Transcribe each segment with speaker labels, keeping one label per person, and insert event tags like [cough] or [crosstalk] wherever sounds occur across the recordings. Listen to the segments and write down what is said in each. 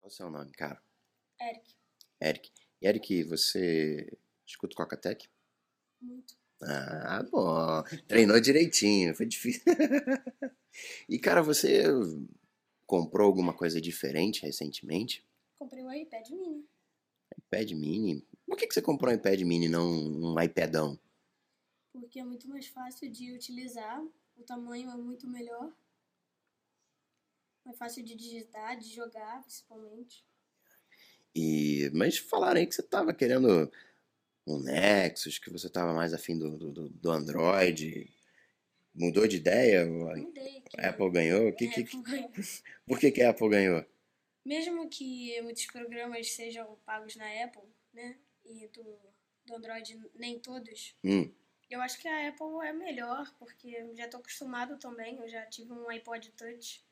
Speaker 1: Qual o seu nome, cara?
Speaker 2: Eric,
Speaker 1: Eric. Eric, você escuta o Cocatec?
Speaker 2: muito.
Speaker 1: Ah, bom. Treinou direitinho, foi difícil. [laughs] e, cara, você comprou alguma coisa diferente recentemente?
Speaker 2: Comprei um iPad mini.
Speaker 1: iPad mini? Por que, que você comprou um iPad mini, não um iPadão?
Speaker 2: Porque é muito mais fácil de utilizar. O tamanho é muito melhor. Mais fácil de digitar, de jogar, principalmente.
Speaker 1: E, mas falaram aí que você tava querendo um Nexus, que você tava mais afim do, do- do, do Android. Mudou de ideia?
Speaker 2: Mudei. que-
Speaker 1: A Apple ganhou? é, Que, que,
Speaker 2: Apple ganhou.
Speaker 1: por que, que a Apple ganhou?
Speaker 2: É, [laughs] Mesmo que muitos programas sejam pagos na Apple, né? E do, do Android nem todos.
Speaker 1: Hum.
Speaker 2: Eu acho que a Apple é melhor, porque eu já tô acostumado também, eu já tive um iPod Touch.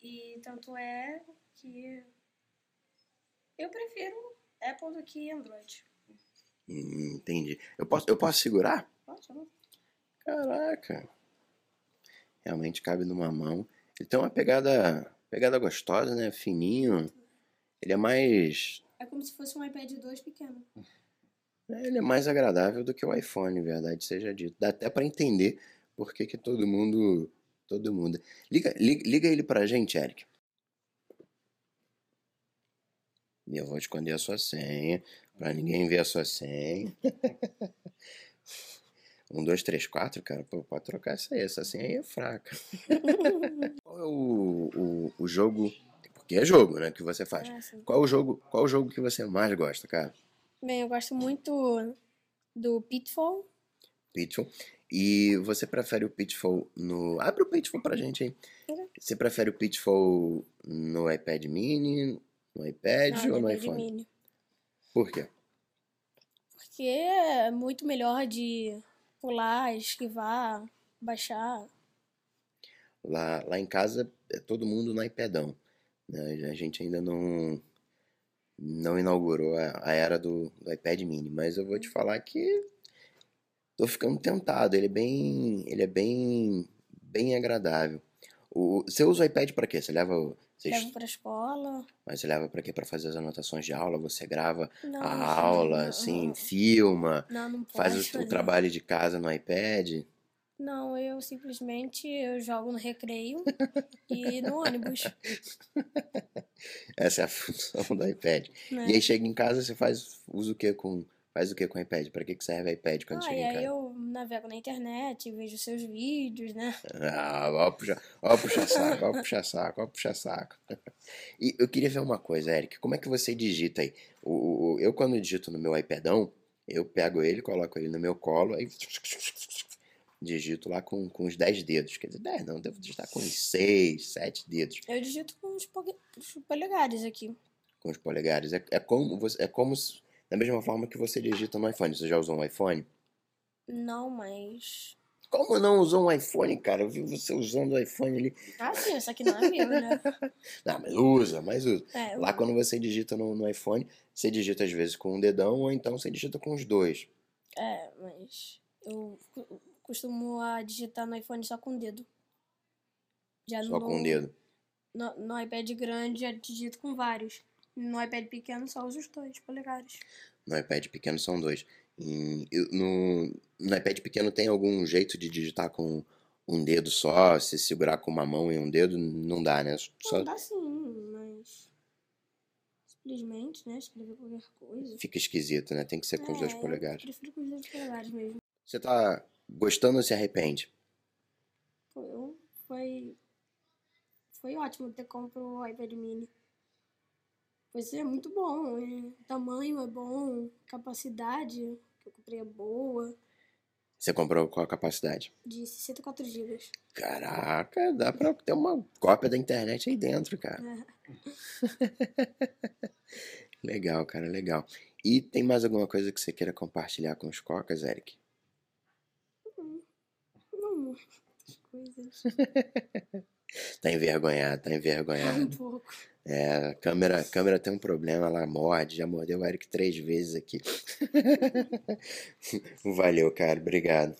Speaker 2: E tanto é que eu prefiro Apple do que Android.
Speaker 1: Hum, Entendi. Eu posso, eu posso segurar?
Speaker 2: Nossa, né? não-
Speaker 1: Caraca. Realmente cabe numa mão. Ele tem uma pegada, pegada gostosa, né? Fininho. Ele é mais,
Speaker 2: É como se fosse um iPad 2 pequeno.
Speaker 1: ele é mais agradável do que o iPhone, verdade seja dito. Dá até pra entender por que que todo mundo, todo mundo. Liga, liga, liga ele pra gente, Eric. E eu vou esconder a sua senha, pra ninguém ver a sua senha. Um, dois, três, quatro, cara, pô, pode trocar essa aí, essa senha aí é fraca. Qual é o, o, o jogo, porque é jogo, né, que você
Speaker 2: Ah,
Speaker 1: faz. Qual o jogo, qual o jogo que você mais gosta, cara?
Speaker 2: Bem, eu gosto muito do Pitfall.
Speaker 1: Pitfall. E você prefere o Pitfall no... Abre o Pitfall pra gente aí.
Speaker 2: Uhum.
Speaker 1: Você prefere o Pitfall no iPad mini, no iPad ou É Ah, no iPhone?
Speaker 2: Ah, Mini.
Speaker 1: Por quê?
Speaker 2: Porque é muito melhor de pular, esquivar, baixar.
Speaker 1: Lá, lá em casa é todo mundo no iPadão. né? A gente ainda não não inaugurou a, a era do, do iPad mini, mas eu vou te falar que tô ficando tentado. Ele é bem, ele é bem, bem agradável. O, você usa o iPad pra quê? Você leva, o- você,
Speaker 2: Levo pra escola.
Speaker 1: mas você leva pra quê? Pra fazer as anotações de aula? Você grava
Speaker 2: Não,
Speaker 1: a
Speaker 2: não,
Speaker 1: aula,
Speaker 2: não,
Speaker 1: assim,
Speaker 2: não.
Speaker 1: filma,
Speaker 2: Não, não posso.
Speaker 1: faz o- o
Speaker 2: fazer.
Speaker 1: trabalho de casa no iPad? [laughs]
Speaker 2: Não, eu simplesmente eu jogo
Speaker 1: [laughs]
Speaker 2: no recreio e no ônibus.
Speaker 1: Essa é a função do iPad.
Speaker 2: Né?
Speaker 1: E aí chega em casa, você faz usa o que com faz o que com o iPad? Pra que que serve o iPad quando
Speaker 2: ah,
Speaker 1: chega
Speaker 2: e
Speaker 1: em
Speaker 2: aí
Speaker 1: casa?
Speaker 2: eu navego na internet, vejo seus vídeos, né?
Speaker 1: Ah, ó, puxa, ó, puxa saco, ó, puxa saco, ó, puxa saco. [laughs] E eu queria ver uma coisa, Eric, como é que você digita aí? O, o- o- eu quando digito no meu iPadão, eu pego ele, coloco ele no meu colo, aí digito lá com, com os 10 dedos. Quer dizer, 10 não, devo digitar com uns 6, 7 dedos.
Speaker 2: Eu digito com os, pog- os polegares aqui.
Speaker 1: com os polegares. É, é como você, é como se- da mesma forma que você digita no iPhone. Você já usou um iPhone?
Speaker 2: Não, mas.
Speaker 1: Como não usou um iPhone, cara? Eu vi você usando o iPhone ali.
Speaker 2: Ah, sim, isso aqui não é meu, né?
Speaker 1: [laughs] Não, mas usa, mas usa.
Speaker 2: É,
Speaker 1: Lá quando você digita no, no iPhone, você digita às vezes com um dedão ou então você digita com os dois.
Speaker 2: é, mas. Eu cu- costumo a digitar no iPhone só com o dedo. Já
Speaker 1: Só
Speaker 2: no,
Speaker 1: com um dedo.
Speaker 2: No, no iPad grande já digito com vários. No iPad pequeno só uso os dois polegares.
Speaker 1: No iPad pequeno são dois. Hum, eu- no, no iPad pequeno tem algum jeito de digitar com um dedo só? Se segurar com uma mão e um dedo, não dá, né? Só
Speaker 2: Não dá sim, mas. Simplesmente, né? Escrever qualquer coisa.
Speaker 1: fica esquisito, né? Tem que ser com os dois
Speaker 2: É, eu
Speaker 1: polegares.
Speaker 2: prefiro com os dois polegares mesmo.
Speaker 1: Você tá gostando ou se arrepende?
Speaker 2: Pô, eu- foi. Foi ótimo ter comprado o iPad mini. Pois é, muito bom. é, O tamanho é bom, a capacidade que eu comprei é boa,
Speaker 1: Você comprou qual a capacidade?
Speaker 2: de 64 GB.
Speaker 1: Caraca, dá pra ter uma cópia da internet aí dentro, cara.
Speaker 2: né?
Speaker 1: Legal, cara, legal. E tem mais alguma coisa que você queira compartilhar com os cocas, Eric?
Speaker 2: [laughs] Não, coisas.
Speaker 1: Tá envergonhado, tá
Speaker 2: [laughs] Um
Speaker 1: envergonhado.
Speaker 2: pouco.
Speaker 1: É, a câmera, a câmera tem um problema, ela morde, já mordeu o Eric três [laughs] vezes aqui. Valeu, cara, obrigado.